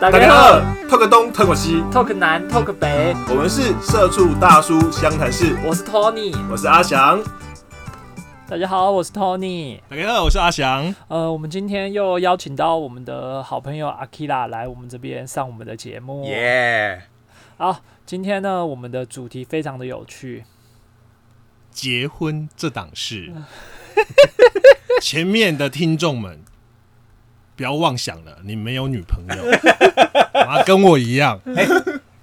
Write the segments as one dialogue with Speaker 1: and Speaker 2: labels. Speaker 1: 大
Speaker 2: 大
Speaker 1: 家
Speaker 2: 家
Speaker 1: 好
Speaker 2: 好，talk 东 talk 西，
Speaker 1: ，Talk 南 Talk 北，
Speaker 2: 我们是社畜大叔湘潭市，
Speaker 1: 我是 Tony。
Speaker 2: 我是阿翔。
Speaker 1: 大家好，我是 Tony。
Speaker 3: 大家好，我是阿翔。
Speaker 1: 呃，我们今天又邀请到我们的好朋友 Akira 来我们这边上我们的节目。
Speaker 2: 耶！
Speaker 1: 好，今天呢，我们的主题非常的有趣。
Speaker 3: 结婚这档事，嗯 前面的听众们不要妄想了，你没有女朋友， 妈跟我一样，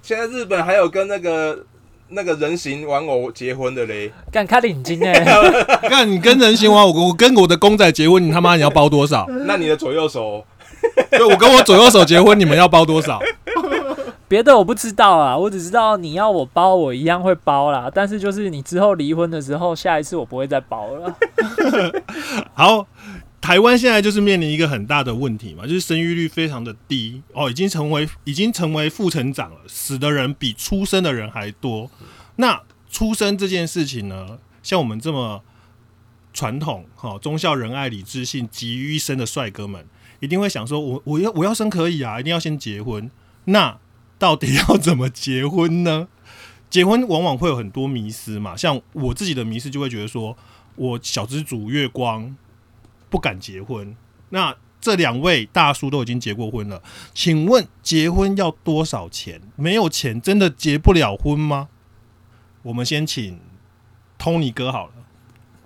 Speaker 4: 现在日本还有跟那个那个人形玩偶结婚的嘞，
Speaker 1: 干开领巾呢？
Speaker 3: 看你跟人形玩，我我跟我的公仔结婚，你他妈你要包多 少？
Speaker 4: 那你的左右手
Speaker 3: 对我跟我左右手结婚，你们要包多少？
Speaker 1: 别的我不知道啊，我只知道你要我包，我一样会包啦。但是就是你之后离婚的时候，下一次我不会再包了。
Speaker 3: 好，台湾现在就是面临一个很大的问题嘛，就是生育率非常的低哦，已经成为已经成为负成长了，死的人比出生的人还多。那出生这件事情呢，像我们这么传统哈、哦、忠孝仁爱礼智信集于一身的帅哥们，一定会想说，我我要我要生可以啊，一定要先结婚。那到底要怎么结婚呢？结婚往往会有很多迷思嘛，像我自己的迷思就会觉得说，我小资主月光不敢结婚。那这两位大叔都已经结过婚了，请问结婚要多少钱？没有钱真的结不了婚吗？我们先请 Tony 哥好了，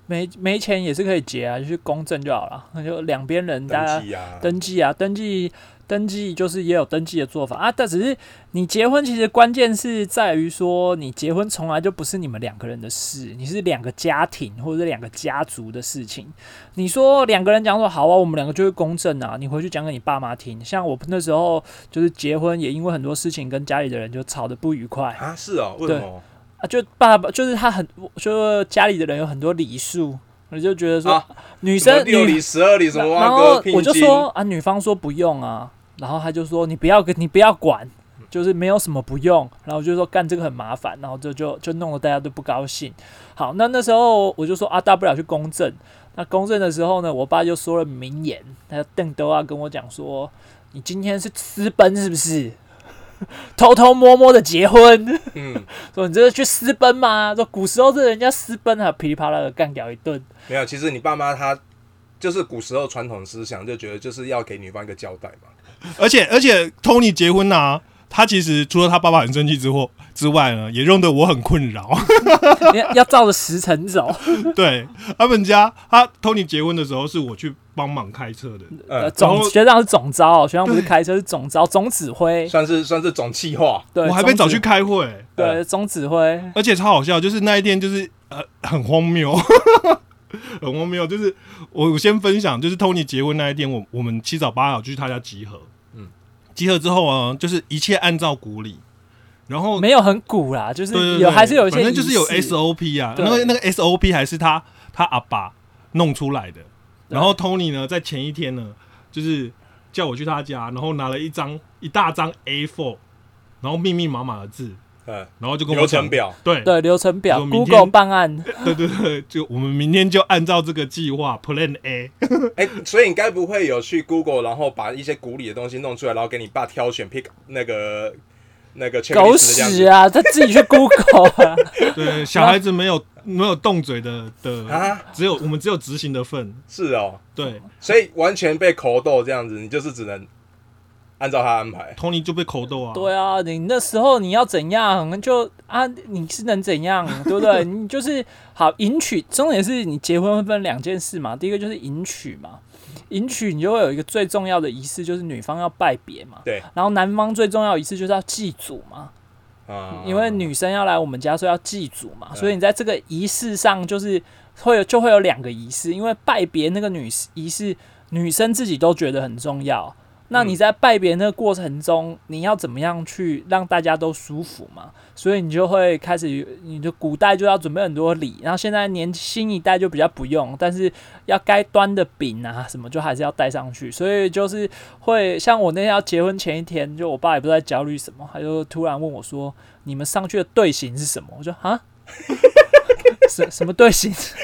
Speaker 1: 没没钱也是可以结啊，就去公证就好了。那就两边人大家
Speaker 4: 登记啊，
Speaker 1: 登记啊，登记登记就是也有登记的做法啊，但只是你结婚其实关键是在于说，你结婚从来就不是你们两个人的事，你是两个家庭或者是两个家族的事情。你说两个人讲说好啊，我们两个就会公证啊，你回去讲给你爸妈听。像我那时候就是结婚，也因为很多事情跟家里的人就吵得不愉快，
Speaker 4: 啊，是哦，为什么？
Speaker 1: 啊，就爸爸就是他很，就是家里的人有很多礼数，我就觉得说、
Speaker 4: 啊
Speaker 1: 女
Speaker 4: 什么
Speaker 1: 生
Speaker 4: 六
Speaker 1: 女
Speaker 4: 里、十二里什么
Speaker 1: 然后
Speaker 4: 挖哥聘
Speaker 1: 我就
Speaker 4: 金，
Speaker 1: 说啊，女方说不用啊，然后他就说你不要跟你不要管，就是没有什么不用。然后我就说干这个很麻烦，然后就就就弄得大家都不高兴。好，那那时候我就说啊，大不了去公证。那公证的时候呢，我爸就说了名言，他邓德啊跟我讲说，你今天是私奔是不是？偷偷摸摸的结婚，
Speaker 4: 嗯，
Speaker 1: 说你这是去私奔吗？说古时候这人家私奔啊，噼里啪啦的干掉一顿。
Speaker 4: 没有，其实你爸妈他就是古时候传统思想，就觉得就是要给女方一个交代嘛。
Speaker 3: 而且而且 Tony 结婚啊，他其实除了他爸爸很生气之后之外呢，也弄得我很困扰。
Speaker 1: 要要照着时辰走，
Speaker 3: 对他们家，他 Tony 结婚的时候是我去帮忙开车的，
Speaker 1: 呃，
Speaker 4: 嗯，
Speaker 1: 总
Speaker 3: 后
Speaker 1: 学长是总招，哦学长不是开车是总招，总指挥。
Speaker 4: 算是算是总气化，
Speaker 1: 对，
Speaker 3: 啊我还被
Speaker 1: 总
Speaker 3: 找
Speaker 1: 指
Speaker 3: 去开会，
Speaker 1: 对总指挥，
Speaker 3: 而且超好笑，就是那一天就是呃很荒谬， 很荒谬。就是我我先分享，就是 Tony 结婚那一天，我我们七早八早去他家集合，
Speaker 4: 嗯
Speaker 3: 嗯，集合之后啊，就是一切按照古礼，然后
Speaker 1: 没有很鼓啦，就是有
Speaker 3: 对对对
Speaker 1: 还是有一些
Speaker 3: 反
Speaker 1: 仪式，
Speaker 3: 正就是有 SOP 啊，
Speaker 1: 对
Speaker 3: 那个那个 SOP 还是他他阿爸弄出来的。
Speaker 1: 对
Speaker 3: 然后 Tony 呢，在前一天呢，就是叫我去他家，然后拿了一张一大张 A4，然后密密麻麻的字，
Speaker 4: 嗯，
Speaker 3: 然后就跟我
Speaker 4: 流
Speaker 3: 讲
Speaker 4: 程，表，
Speaker 3: 对
Speaker 1: 对流程表
Speaker 3: 我明天
Speaker 1: ，Google 办案，
Speaker 3: 对对对，就我们明天就按照这个计划 Plan A，
Speaker 4: 哎，所以你该不会有去 Google，然后把一些古里的东西弄出来，然后给你爸挑选 pick 那个那个
Speaker 1: 狗
Speaker 4: checklist 这样
Speaker 1: 屎
Speaker 4: 子
Speaker 1: 啊，他自己去 Google 啊，
Speaker 3: 对，小孩子没有没有动嘴的的，
Speaker 4: 啊？
Speaker 3: 只有我们只有执行的份，
Speaker 4: 是哦，
Speaker 3: 对
Speaker 4: 所以完全被口斗这样子，你就是只能按照他安排。
Speaker 3: ，Tony 就被口斗啊，
Speaker 1: 对啊，你那时候你要怎样就啊，你是能怎样，对不对？你就是好迎娶，重点是你结婚会分两件事嘛，第一个就是迎娶嘛，迎娶你就会有一个最重要的仪式，就是女方要拜别嘛，
Speaker 4: 对
Speaker 1: 然后男方最重要的仪式就是要祭祖嘛，
Speaker 4: 啊，
Speaker 1: 因为女生要来我们家，所以要祭祖嘛，
Speaker 4: 对
Speaker 1: 所以你在这个仪式上就是会有就会有两个仪式，因为拜别那个女仪式，女生自己都觉得很重要。那你在拜别那个过程中，你要怎么样去让大家都舒服嘛？所以你就会开始，你的古代就要准备很多礼，然后现在年新一代就比较不用，但是要该端的饼啊什么就还是要带上去，所以就是会像我那天要结婚前一天，就我爸也不知道在焦虑什么，他就突然问我说：“你们上去的队形是什么？”我说：“啊， 什什么队形？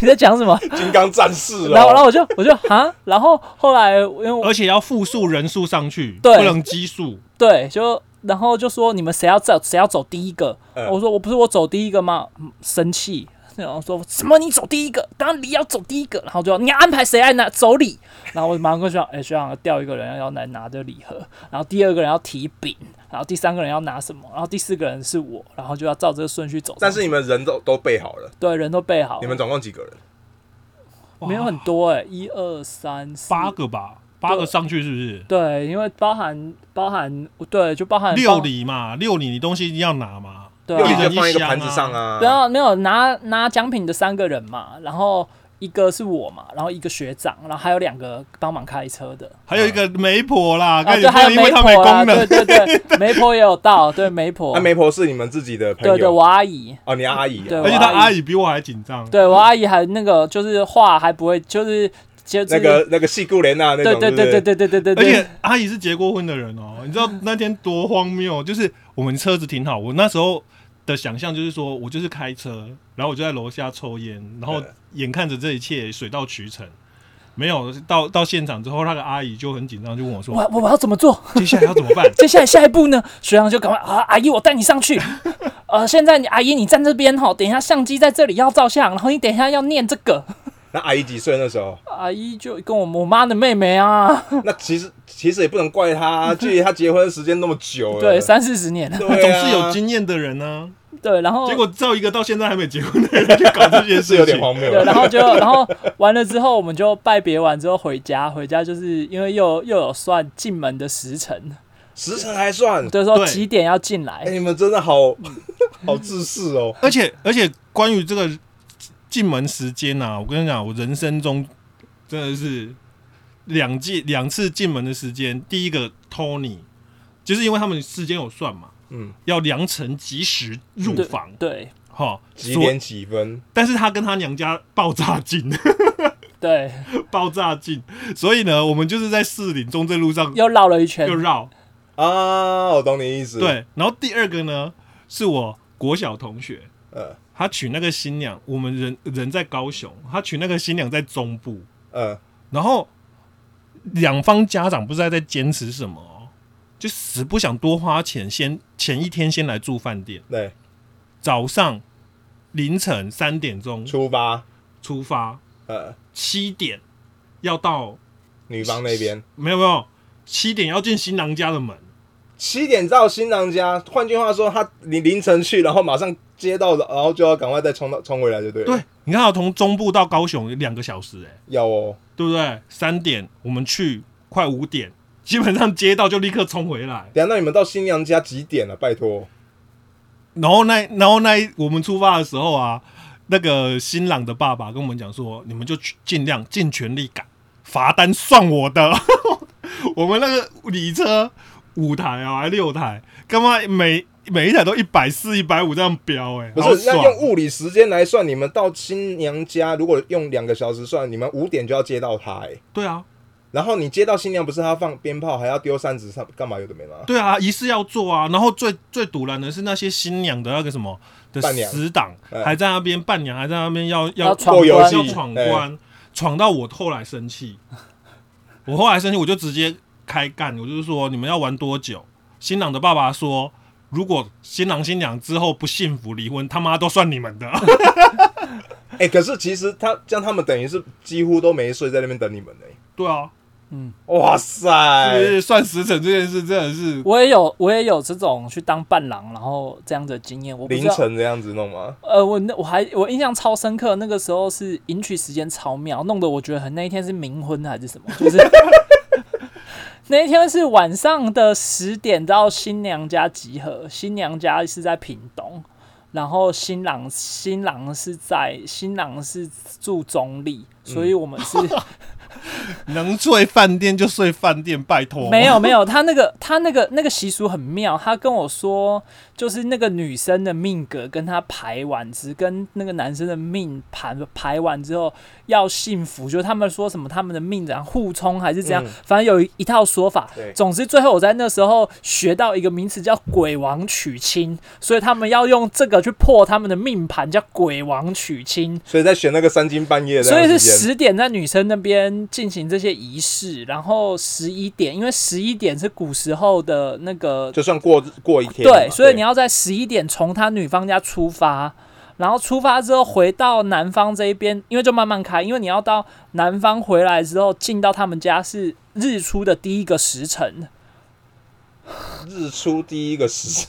Speaker 1: 你在讲什 么？
Speaker 4: 金刚战士
Speaker 1: 然后然后
Speaker 4: 哦，
Speaker 1: 我就我就哈，然后后来因为我
Speaker 3: 而且要复数人数上去，
Speaker 1: 对
Speaker 3: 不能奇数。
Speaker 1: 对就。然后就说你们谁要走谁要走第一个？
Speaker 4: 嗯
Speaker 1: 我说我不是我走第一个吗？嗯生气，然后说什么你走第一个，当然你要走第一个。然后就你要安排谁来拿走礼，然后我马上跟学长，哎、学长调一个人要来拿着礼盒，然后第二个人要提饼，然后第三个人要拿什么，然后第四个人是我，然后就要照这个顺序走上去。
Speaker 4: 但是你们人都都备好了，
Speaker 1: 对人都备好了，
Speaker 4: 你们总共几个人？
Speaker 3: 哇
Speaker 1: 没有很多哎、一二三四
Speaker 3: 八个吧，八个
Speaker 1: 对
Speaker 3: 上去是不是？
Speaker 1: 对，因为包含包含对，就包含
Speaker 3: 六
Speaker 1: 包，
Speaker 3: 礼嘛，六礼你东西一定要拿嘛。
Speaker 1: 对
Speaker 4: 六
Speaker 3: 六
Speaker 4: 里
Speaker 3: 礼
Speaker 1: 啊，
Speaker 4: 就放一个盘子上啊，
Speaker 1: 然后没有拿拿奖品的三个人嘛，然后一个是我嘛，然后一个学长，然后还有两个帮忙开车的，
Speaker 3: 还有一个媒婆啦，
Speaker 1: 啊
Speaker 3: 看你
Speaker 1: 对，
Speaker 3: 不
Speaker 1: 还
Speaker 3: 要
Speaker 1: 有
Speaker 3: 因为
Speaker 1: 媒
Speaker 3: 她
Speaker 1: 婆
Speaker 3: 没
Speaker 1: 啦，
Speaker 3: 功
Speaker 1: 对
Speaker 3: 能，
Speaker 1: 对对，媒婆也有到，对媒婆
Speaker 4: 那，啊媒婆是你们自己的朋
Speaker 1: 对对，
Speaker 4: 友
Speaker 1: 我阿姨。
Speaker 4: 哦，你阿姨啊
Speaker 1: 对
Speaker 3: 而且她阿姨比我还紧张。
Speaker 1: 对我阿姨还那个就是话还不会，就是就是
Speaker 4: 那个那个细姑莲啊娜那
Speaker 1: 对
Speaker 4: 种，
Speaker 1: 对
Speaker 4: 是不是
Speaker 1: 对对对对对对对
Speaker 3: 而且，阿姨是结过婚的人哦，你 知道那天多荒谬？哦就是我们车子停好，我那时候的想象就是说我就是开车，然后我就在楼下抽烟，然后
Speaker 4: 对
Speaker 3: 眼看着这一切水到渠成。没有到到现场之后，那个阿姨就很紧张，就问我说
Speaker 1: 我我我要怎么做？：“
Speaker 3: 接下来要怎么办？”
Speaker 1: 接下来下一步呢？学长就赶快啊，阿姨，我带你上去。呃，现在你阿姨你站这边哈，等一下相机在这里要照相，然后你等一下要念这个。
Speaker 4: 那阿姨几岁那时候？
Speaker 1: 阿姨就跟我我妈的妹妹啊，
Speaker 4: 那其实其实也不能怪她，距离她结婚时间那么久了，
Speaker 1: 对，三四十年了，
Speaker 4: 对啊哦
Speaker 3: 总是有经验的人呢、
Speaker 1: 对，然后
Speaker 3: 结果照一个到现在还没结婚的人去搞这
Speaker 4: 是
Speaker 3: 件事情，
Speaker 4: 有点荒谬。
Speaker 1: 对，然后就然后完了之后，我们就拜别完之后回家，回家就是因为又又有算进门的时辰，
Speaker 4: 时辰还算，
Speaker 1: 就是说
Speaker 3: 对
Speaker 1: 几点要进来
Speaker 4: 哎，。你们真的好 好自私哦。
Speaker 3: 而且而且关于这个进门时间呐、啊，我跟你讲，我人生中真的是两季两次进门的时间，第一个 Tony，就是因为他们时间有算嘛，
Speaker 4: 嗯，
Speaker 3: 要良辰吉时入
Speaker 1: 对
Speaker 3: 房，
Speaker 1: 对
Speaker 3: 哈，
Speaker 4: 几
Speaker 3: 所
Speaker 4: 点几分？
Speaker 3: 但是他跟他娘家爆炸近，
Speaker 1: 对，
Speaker 3: 爆炸近，所以呢，我们就是在士林中正路上
Speaker 1: 又绕了一圈
Speaker 3: 又，绕，
Speaker 4: 啊，我懂你意思。，
Speaker 3: 对，然后第二个呢，是我国小同学，
Speaker 4: 呃
Speaker 3: 他娶那个新娘，我们人人在高雄，他娶那个新娘在中部，
Speaker 4: 呃，
Speaker 3: 然后两方家长不知道在坚持什么哦，就死不想多花钱，先前一天先来住饭店，
Speaker 4: 对，
Speaker 3: 早上凌晨三点钟
Speaker 4: 出发，
Speaker 3: 出发，
Speaker 4: 呃，
Speaker 3: 七点要到，
Speaker 4: 女方那边
Speaker 3: 没有没有，七点要进新郎家的门，
Speaker 4: 七点到新郎家，换句话说，他你凌晨去，然后马上接到，然后就要赶快再冲到冲回来，就对了。
Speaker 3: 对，，你看啊，从中部到高雄两个小时、欸，
Speaker 4: 要哦。
Speaker 3: 对不对？三点我们去，快五点，基本上街道就立刻冲回来。
Speaker 4: 等一下，那你们到新娘家几点了、拜托，
Speaker 3: 然后那然后那一我们出发的时候啊，那个新郎的爸爸跟我们讲说，你们就去尽量尽全力赶，罚单算我的。 我们那个礼车五台啊，还六台，干嘛每每一台都一百四、一百五这样飙、欸？哎，
Speaker 4: 不
Speaker 3: 好
Speaker 4: 是，那
Speaker 3: 爽
Speaker 4: 用物理时间来算，你们到新娘家，如果用两个小时算，你们五点就要接到她、欸，
Speaker 3: 对啊，
Speaker 4: 然后你接到新娘，不是她放鞭炮，还要丢扇子上，干嘛有的没的啊。
Speaker 3: 对啊，仪式要做啊。然后最最堵然的是那些新娘的那个什么的
Speaker 4: 伴娘
Speaker 3: 死党，
Speaker 4: 哎
Speaker 3: 还在那边伴娘还在那边要要
Speaker 1: 要闯
Speaker 4: 过游
Speaker 1: 关
Speaker 4: 戏
Speaker 3: 要闯关，闯到我后来生气，我后来生气，我就直接开干，我就是说你们要玩多久？新郎的爸爸说，如果新郎新娘之后不幸福离婚，他妈都算你们的。
Speaker 4: 哎、可是其实他这样，他们等于是几乎都没睡，在那边等你们呢、
Speaker 3: 对啊，
Speaker 4: 哇塞，
Speaker 3: 是不是算时辰这件事真的是
Speaker 1: 我也有我也有这种去当伴郎，然后这样的经验，我不知
Speaker 4: 凌
Speaker 1: 道。
Speaker 4: 晨这样子弄吗？
Speaker 1: 呃，我那我还我印象超深刻，那个时候是迎娶时间超妙，弄得我觉得很那一天是冥婚还是什么，就是 那一天是晚上的十点到新娘家集合，新娘家是在屏东，然后新郎新郎是在新郎是住中立，所以我们是、
Speaker 3: 能睡饭店就睡饭店，拜托。
Speaker 1: 没有没有，他那个 他那个那个习俗很妙，他跟我说，就是那个女生的命格跟他排完，只跟那个男生的命盘排完之后要幸福，就是他们说什么他们的命怎样互冲还是怎样，
Speaker 4: 嗯
Speaker 1: 反正有一一套说法
Speaker 4: 对。
Speaker 1: 总之最后我在那时候学到一个名词叫鬼王娶亲，所以他们要用这个去破他们的命盘，叫鬼王娶亲。
Speaker 4: 所以在选那个三更半夜的
Speaker 1: 所
Speaker 4: 那
Speaker 1: 以
Speaker 4: 段
Speaker 1: 是
Speaker 4: 时间，
Speaker 1: 十点在女生那边进行这些仪式，然后十一点，因为十一点是古时候的那个
Speaker 4: 就算过过一天了嘛，
Speaker 1: 对，所以你要在十一点从他女方家出发，然后出发之后回到男方这一边，因为就慢慢开，因为你要到男方回来之后进到他们家是日出的第一个时辰。
Speaker 4: 日出第一个时，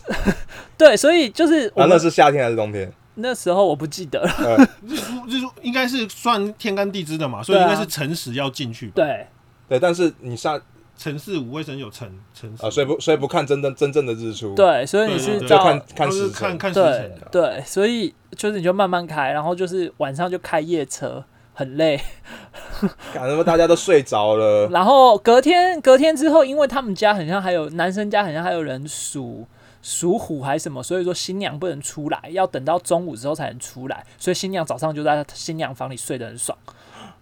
Speaker 1: 对，所以就是我
Speaker 4: 啊，
Speaker 1: 们
Speaker 4: 那是夏天还是冬天？
Speaker 1: 那时候我不记得了。
Speaker 4: 呃，
Speaker 3: 日出日出应该是算天干地支的嘛，所以
Speaker 1: 对
Speaker 3: 应
Speaker 1: 啊
Speaker 3: 该是辰时要进去吧。
Speaker 1: 对，
Speaker 4: 对，但是你夏
Speaker 3: 辰巳午未申酉辰辰
Speaker 4: 啊，所以不所以不看真正真正的日出，，
Speaker 1: 对，所以你
Speaker 3: 对
Speaker 1: 是
Speaker 3: 对对
Speaker 4: 就
Speaker 1: 到
Speaker 4: 看看
Speaker 3: 就是
Speaker 4: 时
Speaker 3: 看
Speaker 4: 辰。
Speaker 3: 看时
Speaker 1: 对
Speaker 3: 辰的。
Speaker 1: 对，所以就是你就慢慢开，然后就是晚上就开夜车，很累。
Speaker 4: 看，他妈大家都睡着了，
Speaker 1: 然后隔天隔天之后，因为他们家很像还有男生家很像还有人属属虎还是什么，所以说新娘不能出来，要等到中午之后才能出来，所以新娘早上就在新娘房里睡得很爽。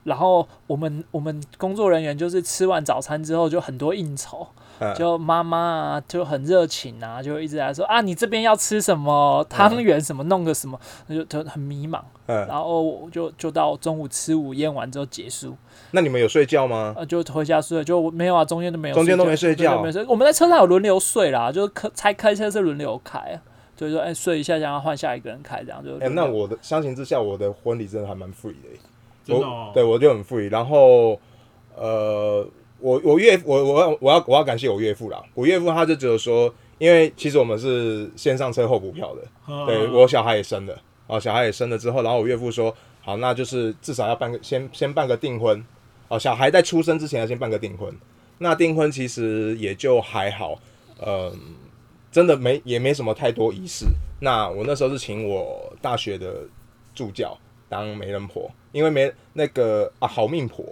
Speaker 1: 然后我们我们工作人员就是吃完早餐之后就很多应酬，
Speaker 4: 嗯
Speaker 1: 就妈妈啊就很热情啊，就一直在说啊你这边要吃什么汤圆什么弄个什么，那就就很迷茫。
Speaker 4: 嗯，
Speaker 1: 然后我就就到中午吃午宴完之后结束，
Speaker 4: 那你们有睡觉吗？
Speaker 1: 呃，就回家睡，就没有啊，中间都没有，
Speaker 4: 中间都没睡觉
Speaker 1: 中间都没睡。我们在车上有轮流睡啦，就是开才开车是轮流开，就是说哎、睡一下，然后换下一个人开，这样就轮
Speaker 4: 哎、
Speaker 1: 流。
Speaker 4: 那我的相形之下，我的婚礼真的还蛮 free 的耶、欸
Speaker 3: 真的
Speaker 4: 我
Speaker 3: 哦
Speaker 4: 对我就很 free。然后呃，我我岳我我要我要我要感谢我岳父啦，我岳父他就只有说，因为其实我们是先上车后补票的，
Speaker 3: 嗯
Speaker 4: 对我小孩也生了，哦，小孩也生了之后，然后我岳父说，好，那就是至少要办个先先办个订婚，哦，小孩在出生之前要先办个订婚。那订婚其实也就还好，嗯，真的没也没什么太多仪式。那我那时候是请我大学的助教当媒人婆，因为没那个啊好命婆，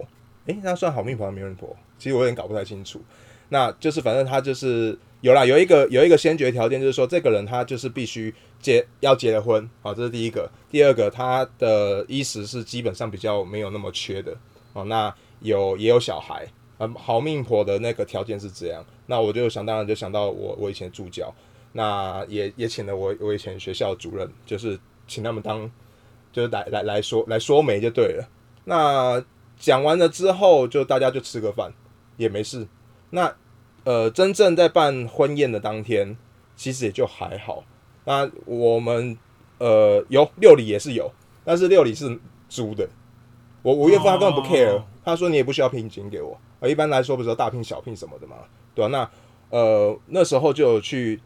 Speaker 4: 诶，那算好命婆还是媒人婆？其实我有点搞不太清楚。那就是反正他就是有啦，有一个有一个先决条件，就是说这个人他就是必须结要结了婚啊，这是第一个。第二个，他的衣食是基本上比较没有那么缺的哦。那有也有小孩，嗯，好命婆的那个条件是这样。那我就想当然就想到我我以前助教，那也也请了我我以前学校的主任，就是请他们当就是来来来说来说媒就对了。那讲完了之后，就大家就吃个饭，也没事。那呃，真正在办婚宴的当天，其实也就还好。那我们呃有六礼也是有，但是六礼是租的。我我岳父他根本不
Speaker 3: 哦
Speaker 4: care，、他说你也不需要聘金给我。呃，一般来说不是有大聘小聘什么的嘛，对吧、那呃那时候就有去，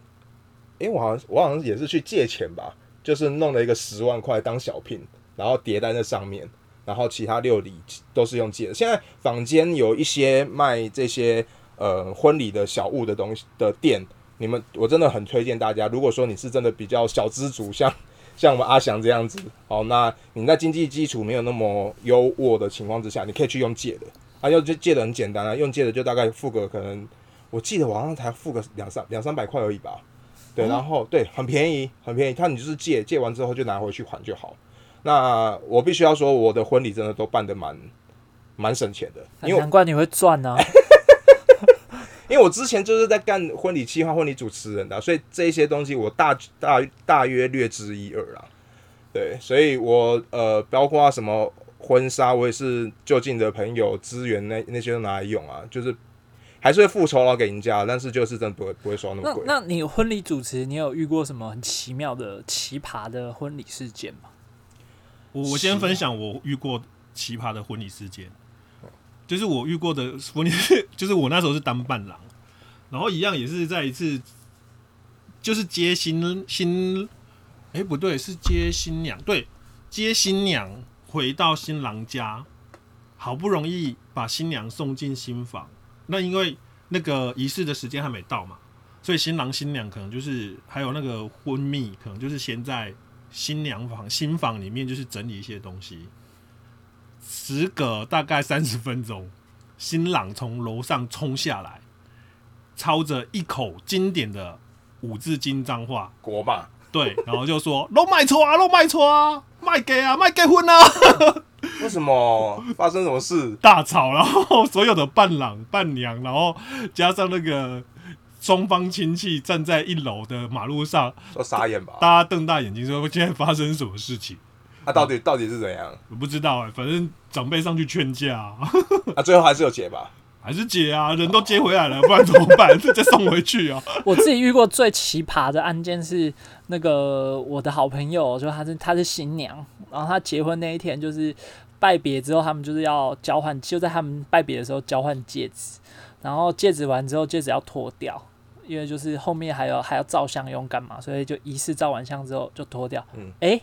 Speaker 4: 诶，我好像我好像也是去借钱吧，就是弄了一个十万块当小聘，然后叠在那上面。然后其他六礼都是用借的。现在坊间有一些卖这些呃婚礼的小物的东西的店，你们我真的很推荐大家，如果说你是真的比较小资族，像 像我们阿翔这样子，哦，那你在经济基础没有那么优渥的情况之下，你可以去用借的。啊，用借借的很简单啊，用借的就大概付个可能，我记得我好像才付个两三两三百块而已吧。对，然后对，很便宜，很便宜。他你就是借，借完之后就拿回去还就好。那我必须要说，我的婚礼真的都办得蛮蛮省钱的，因为我
Speaker 1: 难怪你会赚啊！
Speaker 4: 因为我之前就是在干婚礼计划、婚礼主持人的啊、所以这一些东西我大大大约略知一二啦。对，所以我呃，包括什么婚纱，我也是就近的朋友资源那那些都拿来用啊，就是还是会付酬劳给人家，但是就是真的不会不会收那么
Speaker 1: 那
Speaker 4: 贵。
Speaker 1: 那你婚礼主持，你有遇过什么很奇妙的、奇葩的婚礼事件吗？
Speaker 3: 我我先分享我遇过奇葩的婚礼事件，就是我遇过的婚礼， 就是我那时候是当伴郎，然后一样也是在一次，就是接新新，哎、不对，是接新娘，对，接新娘回到新郎家，好不容易把新娘送进新房，那因为那个仪式的时间还没到嘛，所以新郎新娘可能就是还有那个婚蜜，可能就是先在新娘房新房里面就是整理一些东西，时隔大概三十分钟，新郎从楼上冲下来，操着一口经典的五字经脏话，
Speaker 4: 国骂，
Speaker 3: 对，然后就说“都卖错啊，都卖错啊，卖给啊，卖给婚啊
Speaker 4: 为什么发生什么事”，？
Speaker 3: 大吵，然后所有的伴郎伴娘，然后加上那个双方亲戚站在一楼的马路上，
Speaker 4: 说傻眼吧？
Speaker 3: 大家瞪大眼睛说：“今天发生什么事情
Speaker 4: 啊，到
Speaker 1: 嗯
Speaker 4: 底到底是怎样？？”
Speaker 3: 我不知道哎、反正长辈上去劝架、啊，
Speaker 4: 啊，最后还是有解吧？
Speaker 3: 还是姐啊，人都接回来了，不然怎么办？ 再送回去啊？
Speaker 1: 我自己遇过最奇葩的案件是那个我的好朋友，就她是她是新娘，然后她结婚那一天就是拜别之后，他们就是要交换，就在他们拜别的时候交换戒指，然后戒指完之后戒指要脱掉，因为就是后面还有还要照相用干嘛，所以就仪式照完相之后就脱掉。
Speaker 4: 嗯
Speaker 1: 诶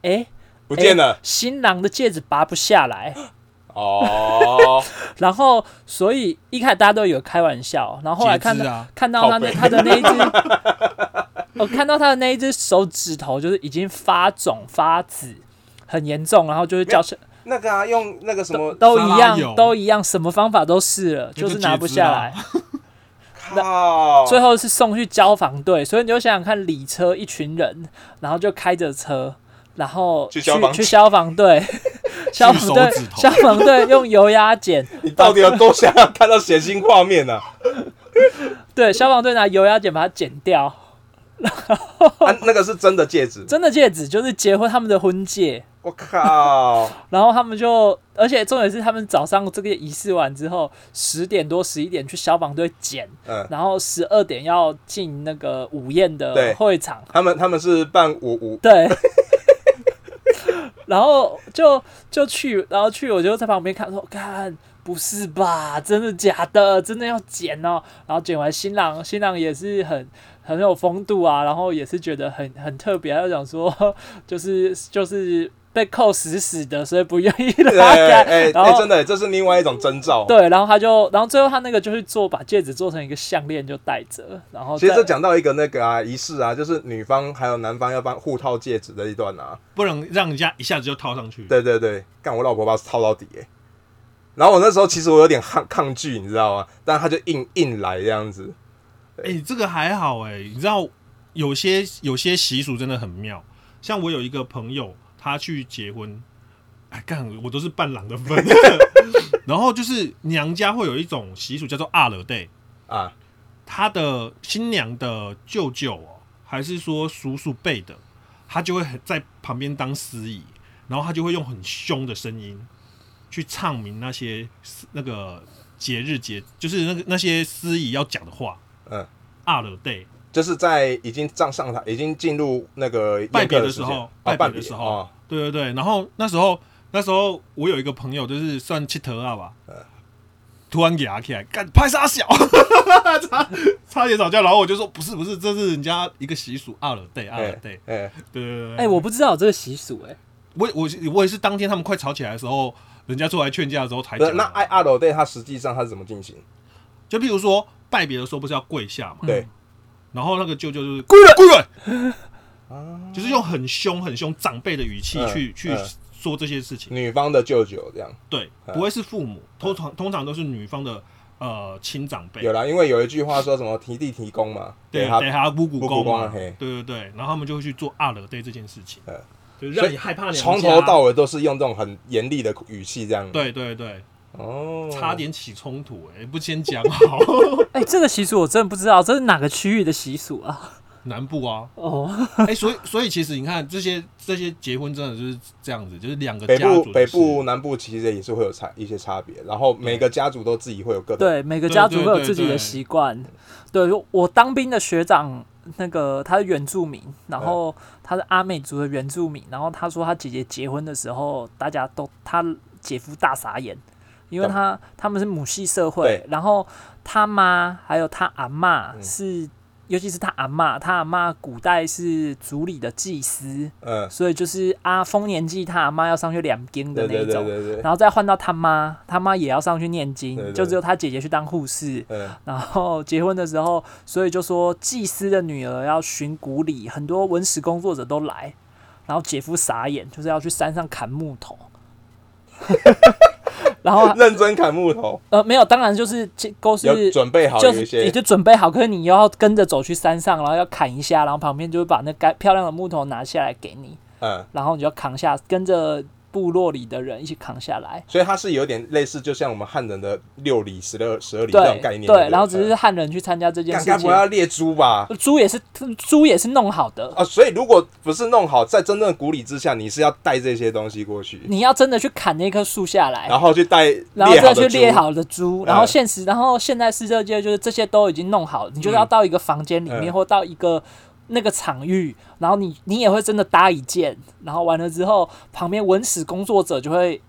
Speaker 1: 诶，
Speaker 4: 不见
Speaker 1: 诶
Speaker 4: 了
Speaker 1: 新郎的戒指拔不下来，哎
Speaker 4: 哦，
Speaker 1: 然后所以一开始大家都有开玩笑，然后后来看
Speaker 3: 截
Speaker 1: 到、
Speaker 3: 肢啊
Speaker 1: 看到他那
Speaker 4: 靠
Speaker 1: 他的那一只， 我看到他的那一只手指头就是已经发肿发紫，很严重，然后就是叫声
Speaker 4: 那个啊，用那个什么
Speaker 1: 都都
Speaker 3: 沙
Speaker 1: 一
Speaker 3: 拉
Speaker 1: 样
Speaker 3: 油
Speaker 1: 都一样，什么方法都试了，就是拿不下来。
Speaker 4: 靠，
Speaker 1: 最后是送去消防队，所以你就想想看，礼车一群人，然后就开着车，然后
Speaker 4: 去消防
Speaker 1: 去消防 队，消防队
Speaker 3: 手指头
Speaker 1: 消防队用油压剪，
Speaker 4: 你到底有多想要看到血腥画面呢、啊？
Speaker 1: 对，消防队拿油压剪把它剪掉。
Speaker 4: 啊，那个是真的戒指，
Speaker 1: 真的戒指，就是结婚他们的婚戒。
Speaker 4: 我靠，
Speaker 1: 然后他们就，而且重点是他们早上这个仪式完之后，十点多十一点去消防队捡，
Speaker 4: 嗯。
Speaker 1: 然后十二点要进那个午宴的
Speaker 4: 对
Speaker 1: 会场，
Speaker 4: 他们他们是办五五
Speaker 1: 对。 然后就就去，然后去，我就在旁边看，说：“看，不是吧？真的假的？真的要剪哦。”然后剪完，新郎新郎也是很很有风度啊，然后也是觉得很很特别，他想说， 就是就是被扣死死的，所以不愿意拉
Speaker 4: 哎
Speaker 1: 开。
Speaker 4: 哎
Speaker 1: 然
Speaker 4: 哎，
Speaker 1: 后
Speaker 4: 真的，这是另外一种征兆。，
Speaker 1: 哦对，然后他就，然后最后他那个就是做把戒指做成一个项链就戴着，然后
Speaker 4: 其实
Speaker 1: 再
Speaker 4: 这讲到一个那个啊仪式啊，就是女方还有男方要办互套戒指的一段啊。
Speaker 3: 不能让人家一下子就套上去。
Speaker 4: 对对对，干我老婆把它套到底哎、然后我那时候其实我有点抗抗拒，你知道吗？但她就硬硬来这样子。
Speaker 3: 哎、这个还好哎、你知道有些有些习俗真的很妙，像我有一个朋友，他去结婚，哎，干我都是伴郎的份， 然后就是娘家会有一种习俗叫做阿勒 day，
Speaker 4: 啊，
Speaker 3: 他的新娘的舅舅哦，还是说叔叔辈的，他就会很在旁边当司仪，然后他就会用很凶的声音去唱明那些那个节日节，就是那个那些司仪要讲的话。
Speaker 4: 嗯，
Speaker 3: 阿勒 day，
Speaker 4: 就是在已经站上台，已经进入那个宴
Speaker 3: 拜别
Speaker 4: 客
Speaker 3: 的
Speaker 4: 时
Speaker 3: 时
Speaker 4: 间
Speaker 3: 候
Speaker 4: 啊，
Speaker 3: 拜别
Speaker 4: 拜
Speaker 3: 的时候
Speaker 4: 啊，
Speaker 3: 对对对。然后那时候那时候我有一个朋友，就是算气头啊吧，
Speaker 4: 呃
Speaker 3: 突然给他起来，干拍傻小， 差差点吵架。然后我就说不是不是，这是人家一个习俗，阿了对阿了
Speaker 4: 哎
Speaker 3: 啊对，
Speaker 4: 哎，
Speaker 3: 对对对。
Speaker 1: 哎、我不知道有这个习俗、哎，
Speaker 3: 我我我也是当天他们快吵起来的时候，人家出来劝架的时候才
Speaker 4: 不是
Speaker 3: 讲。
Speaker 4: 那爱阿斗对他实际上他是怎么进行？
Speaker 3: 就譬如说拜别的时候不是要跪下嘛，
Speaker 4: 对，
Speaker 3: 然后那个舅舅就是跪了跪了，就是用很凶很凶长辈的语气
Speaker 4: 啊嗯
Speaker 3: 去去
Speaker 4: 嗯
Speaker 3: 说这些事情。
Speaker 4: 女方的舅舅这样
Speaker 3: 对，
Speaker 4: 嗯
Speaker 3: 不会是父母，通常通常都是女方的呃亲长辈
Speaker 4: 有，啦，因为有一句话说什么提地提供嘛，
Speaker 3: 对，
Speaker 4: 给他
Speaker 3: 给他姑姑
Speaker 4: 姑
Speaker 3: 公
Speaker 4: 公
Speaker 3: 嘛，
Speaker 4: 啊
Speaker 3: 对
Speaker 4: 嘿
Speaker 3: 对对，然后他们就会去做阿勒对这件事情
Speaker 4: 嗯，
Speaker 3: 就是
Speaker 4: 所
Speaker 3: 让
Speaker 4: 以
Speaker 3: 你害怕娘
Speaker 4: 从
Speaker 3: 家
Speaker 4: 头到尾都是用这种很严厉的语气这样。，
Speaker 3: 对对对，
Speaker 4: 哦，
Speaker 3: 差点起冲突，哎，不先 讲好，
Speaker 1: 哎、这个习俗我真的不知道，这是哪个区域的习俗 啊？
Speaker 3: 南部啊，
Speaker 1: 哦，
Speaker 3: 哎，所以所以其实你看这些这些结婚真的就是这样子，就是两个
Speaker 4: 北
Speaker 3: 家族
Speaker 4: 部、
Speaker 3: 的
Speaker 4: 北
Speaker 3: 事
Speaker 4: 部、南部其实也是会有差一些差别，然后每个家族都自己会有各种。
Speaker 1: 对，每个
Speaker 3: 对
Speaker 1: 家族
Speaker 3: 对
Speaker 1: 会有
Speaker 3: 对
Speaker 1: 自己
Speaker 3: 对
Speaker 1: 的习惯。对我当兵的学长，那个他是原住民，然
Speaker 4: 嗯
Speaker 1: 后他是阿美族的原住民，然后他说他姐姐结婚的时候，大家都他姐夫大傻眼，因为
Speaker 4: 干
Speaker 1: 他他们是母系社会
Speaker 4: 对，
Speaker 1: 然后他妈还有他阿嬷
Speaker 3: 嗯
Speaker 1: 是。尤其是他阿嬷，他阿嬷古代是族里的祭司，
Speaker 4: 嗯，
Speaker 1: 所以就是阿丰年纪他阿妈要上去两经的
Speaker 4: 对
Speaker 1: 那一
Speaker 4: 对
Speaker 1: 种，
Speaker 4: 对对对，
Speaker 1: 然后再换到他妈，他妈也要上去念经，
Speaker 4: 对对
Speaker 1: 就只有他姐姐去当护士。
Speaker 4: 嗯，
Speaker 1: 然后结婚的时候，所以就说祭司的女儿要寻古礼，很多文史工作者都来。 然后姐夫傻眼，就是要去山上砍木头。然后
Speaker 4: 认真砍木头，
Speaker 1: 呃没有，当然就是都
Speaker 4: 有
Speaker 1: 是
Speaker 4: 准备好
Speaker 1: 就
Speaker 4: 有一
Speaker 1: 是
Speaker 4: 些
Speaker 1: 也就准备好，可是你又要跟着走去山上，然后要砍一下，然后旁边就会把那该漂亮的木头拿下来给你，
Speaker 4: 嗯，
Speaker 1: 然后你就扛下，跟着部落里的人一起扛下来。
Speaker 4: 所以它是有点类似，就像我们汉人的六礼、十二、十二礼这种
Speaker 1: 对
Speaker 4: 概念。
Speaker 1: 对，
Speaker 4: 不嗯
Speaker 1: 然后只是汉人去参加这件
Speaker 4: 干
Speaker 1: 事
Speaker 4: 该不
Speaker 1: 情
Speaker 4: 会，要猎猪吧？
Speaker 1: 猪也是猪也是弄好的。
Speaker 4: 啊，所以如果不是弄好，在真正的古礼之下，你是要带这些东西过去，
Speaker 1: 你要真的去砍那棵树下来，
Speaker 4: 然后去带
Speaker 1: 然后
Speaker 4: 猎好
Speaker 1: 再
Speaker 4: 的
Speaker 1: 去
Speaker 4: 猪
Speaker 1: 猎好的猪，然后
Speaker 4: 嗯
Speaker 1: 现实，然后现在世界就是这些都已经弄好，你就是要到一个房间里面、
Speaker 4: 嗯
Speaker 1: 或到一个那个场域，然后你你也会真的搭一件，然后完了之后，旁边文史工作者就会。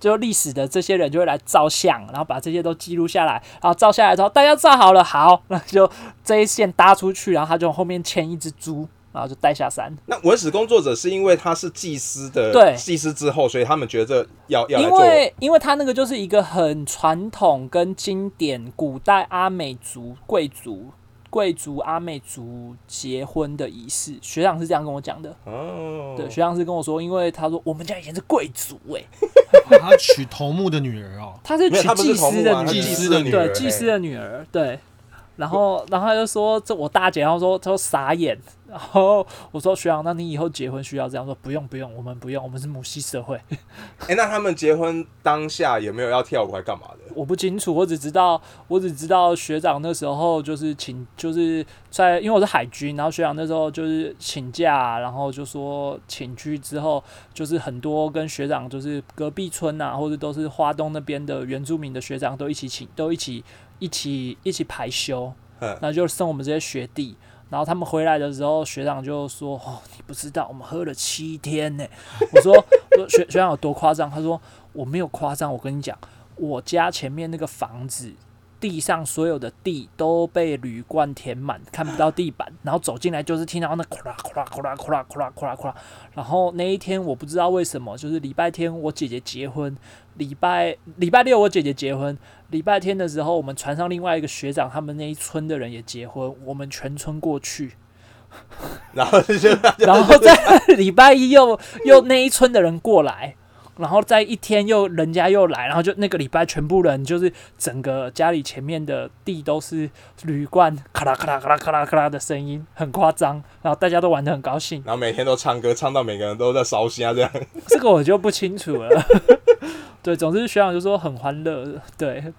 Speaker 1: 就历史的这些人就会来照相，然后把这些都记录下来，然后照下来之后，大家照好了，好， 那就这一线搭出去，然后他就后面牵一只猪，然后就带下山。
Speaker 4: 那文史工作者是因为他是祭司的，
Speaker 1: 对
Speaker 4: 祭司之后，所以他们觉得要要来
Speaker 1: 因
Speaker 4: 做。
Speaker 1: 为因为他那个就是一个很传统跟经典古代阿美族贵族贵族阿美族结婚的仪式，学长是这样跟我讲的。
Speaker 4: 哦，
Speaker 1: 对，学长是跟我说，因为他说我们家以前是贵族哎、
Speaker 3: 他娶头目的女儿哦，
Speaker 1: 他是
Speaker 4: 没有
Speaker 1: 娶
Speaker 4: 他不是
Speaker 1: 祭
Speaker 4: 头
Speaker 1: 司
Speaker 4: 目啊
Speaker 1: 的
Speaker 4: 他
Speaker 1: 女儿，
Speaker 4: 是祭
Speaker 3: 司
Speaker 4: 司
Speaker 3: 的
Speaker 4: 的
Speaker 3: 女
Speaker 4: 女
Speaker 1: 对
Speaker 4: 儿，
Speaker 1: 祭司
Speaker 4: 哎
Speaker 1: 的女儿，对。然后，然后他就说：“这我大姐。”然后说：“他说傻眼。”然后我说：“学长，那你以后结婚需要这样说？不用，不用，我们不用，我们是母系社会。”
Speaker 4: 哎，那他们结婚当下有没有要跳舞还干嘛的？
Speaker 1: 我不清楚，我只知道，我只知道学长那时候就是请，就是在因为我是海军，然后学长那时候就是请假，然后就说请去之后，就是很多跟学长就是隔壁村啊，或者都是花东那边的原住民的学长都一起请，都一起一起一起排休，
Speaker 4: 嗯，
Speaker 1: 那就剩我们这些学弟。然后他们回来的时候，学长就说：“哦，你不知道，我们喝了七天呢。”我说：“我说学学长有多夸张？”他说：“我没有夸张，我跟你讲，我家前面那个房子。”地上所有的地都被铝罐填满，看不到地板。然后走进来就是听到那哗啦哗啦哗啦哗啦哗啦哗啦哗啦。然后那一天我不知道为什么，就是礼拜天我姐姐结婚，礼拜礼拜六我姐姐结婚，礼拜天的时候，我们船上另外一个学长，他们那一村的人也结婚，我们全村过去，
Speaker 4: 然后就，
Speaker 1: 然后在 礼拜一又又那一村的人过来，然后在一天又人家又来，然后就那个礼拜全部人就是整个家里前面的地都是铝罐咔啦咔啦咔啦咔啦咔啦的声音，很夸张，然后大家都玩得很高兴
Speaker 4: 然后每天都唱歌，唱到每个人都在烧香这样。
Speaker 1: 这个我就不清楚了。 对，总之学长就说很欢乐，对。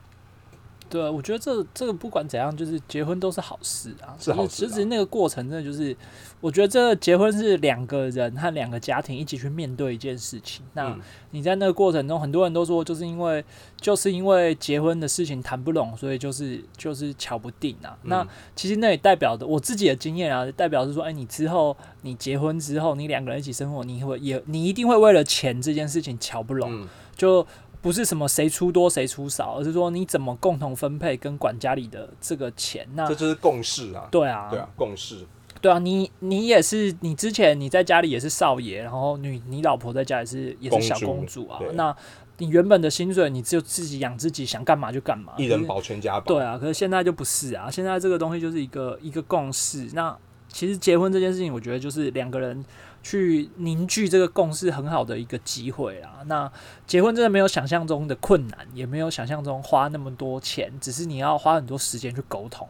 Speaker 1: 对，啊我觉得这这个不管怎样，就是结婚都是好事啊。
Speaker 4: 是好
Speaker 1: 只
Speaker 4: 事啊
Speaker 1: 是只是那个过程，真的就是，我觉得这个结婚是两个人和两个家庭一起去面对一件事情。那
Speaker 4: 嗯
Speaker 1: 你在那个过程中，很多人都说，就是因为就是因为结婚的事情谈不拢，所以就是就是瞧不定啊。
Speaker 4: 嗯
Speaker 1: 那其实那也代表的我自己的经验啊，代表是说，哎，你之后你结婚之后，你两个人一起生活，你会也你一定会为了钱这件事情瞧不拢。
Speaker 4: 嗯，
Speaker 1: 就不是什么谁出多谁出少，而是说你怎么共同分配跟管家里的这个钱。那
Speaker 4: 这就是共识啊。
Speaker 1: 对啊，
Speaker 4: 对啊，共识。
Speaker 1: 对啊，你你也是，你之前你在家里也是少爷，然后你你老婆在家也是也是
Speaker 4: 公
Speaker 1: 小
Speaker 4: 主
Speaker 1: 公主啊。
Speaker 4: 对
Speaker 1: 那你原本的薪水，你只有自己养自己，想干嘛就干嘛，
Speaker 4: 一
Speaker 1: 可
Speaker 4: 人
Speaker 1: 是
Speaker 4: 保全家保。
Speaker 1: 对啊，可是现在就不是啊，现在这个东西就是一个一个共识。那其实结婚这件事情，我觉得就是两个人去凝聚这个共识很好的一个机会啦。那结婚真的没有想象中的困难，也没有想象中花那么多钱，只是你要花很多时间去沟通。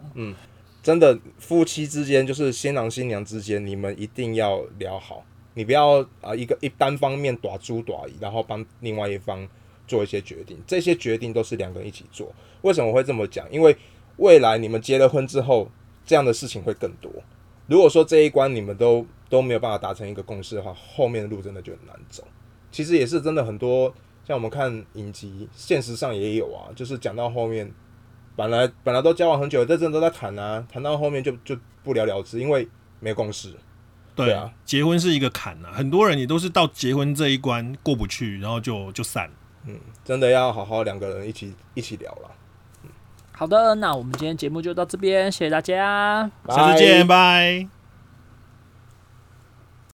Speaker 4: 真的夫妻之间，就是新郎新娘之间，你们一定要聊好，你不要啊、一个一单方面打猪打鱼，然后帮另外一方做一些决定，这些决定都是两个人一起做。为什么我会这么讲？因为未来你们结了婚之后，这样的事情会更多。如果说这一关你们都都没有办法达成一个共识的话，后面的路真的就很难走。其实也是真的很多，像我们看影集，现实上也有啊，就是讲到后面本来本来都交往很久，这阵都在谈啊，谈到后面就就不了了之，因为没有共识。
Speaker 3: 对
Speaker 4: 对啊，
Speaker 3: 结婚是一个坎啊，很多人也都是到结婚这一关过不去，然后就就散了。
Speaker 4: 嗯，真的要好好两个人一起一起聊了。
Speaker 1: 好的，那我们今天节目就到这边，谢谢大家。
Speaker 3: 下次见，拜。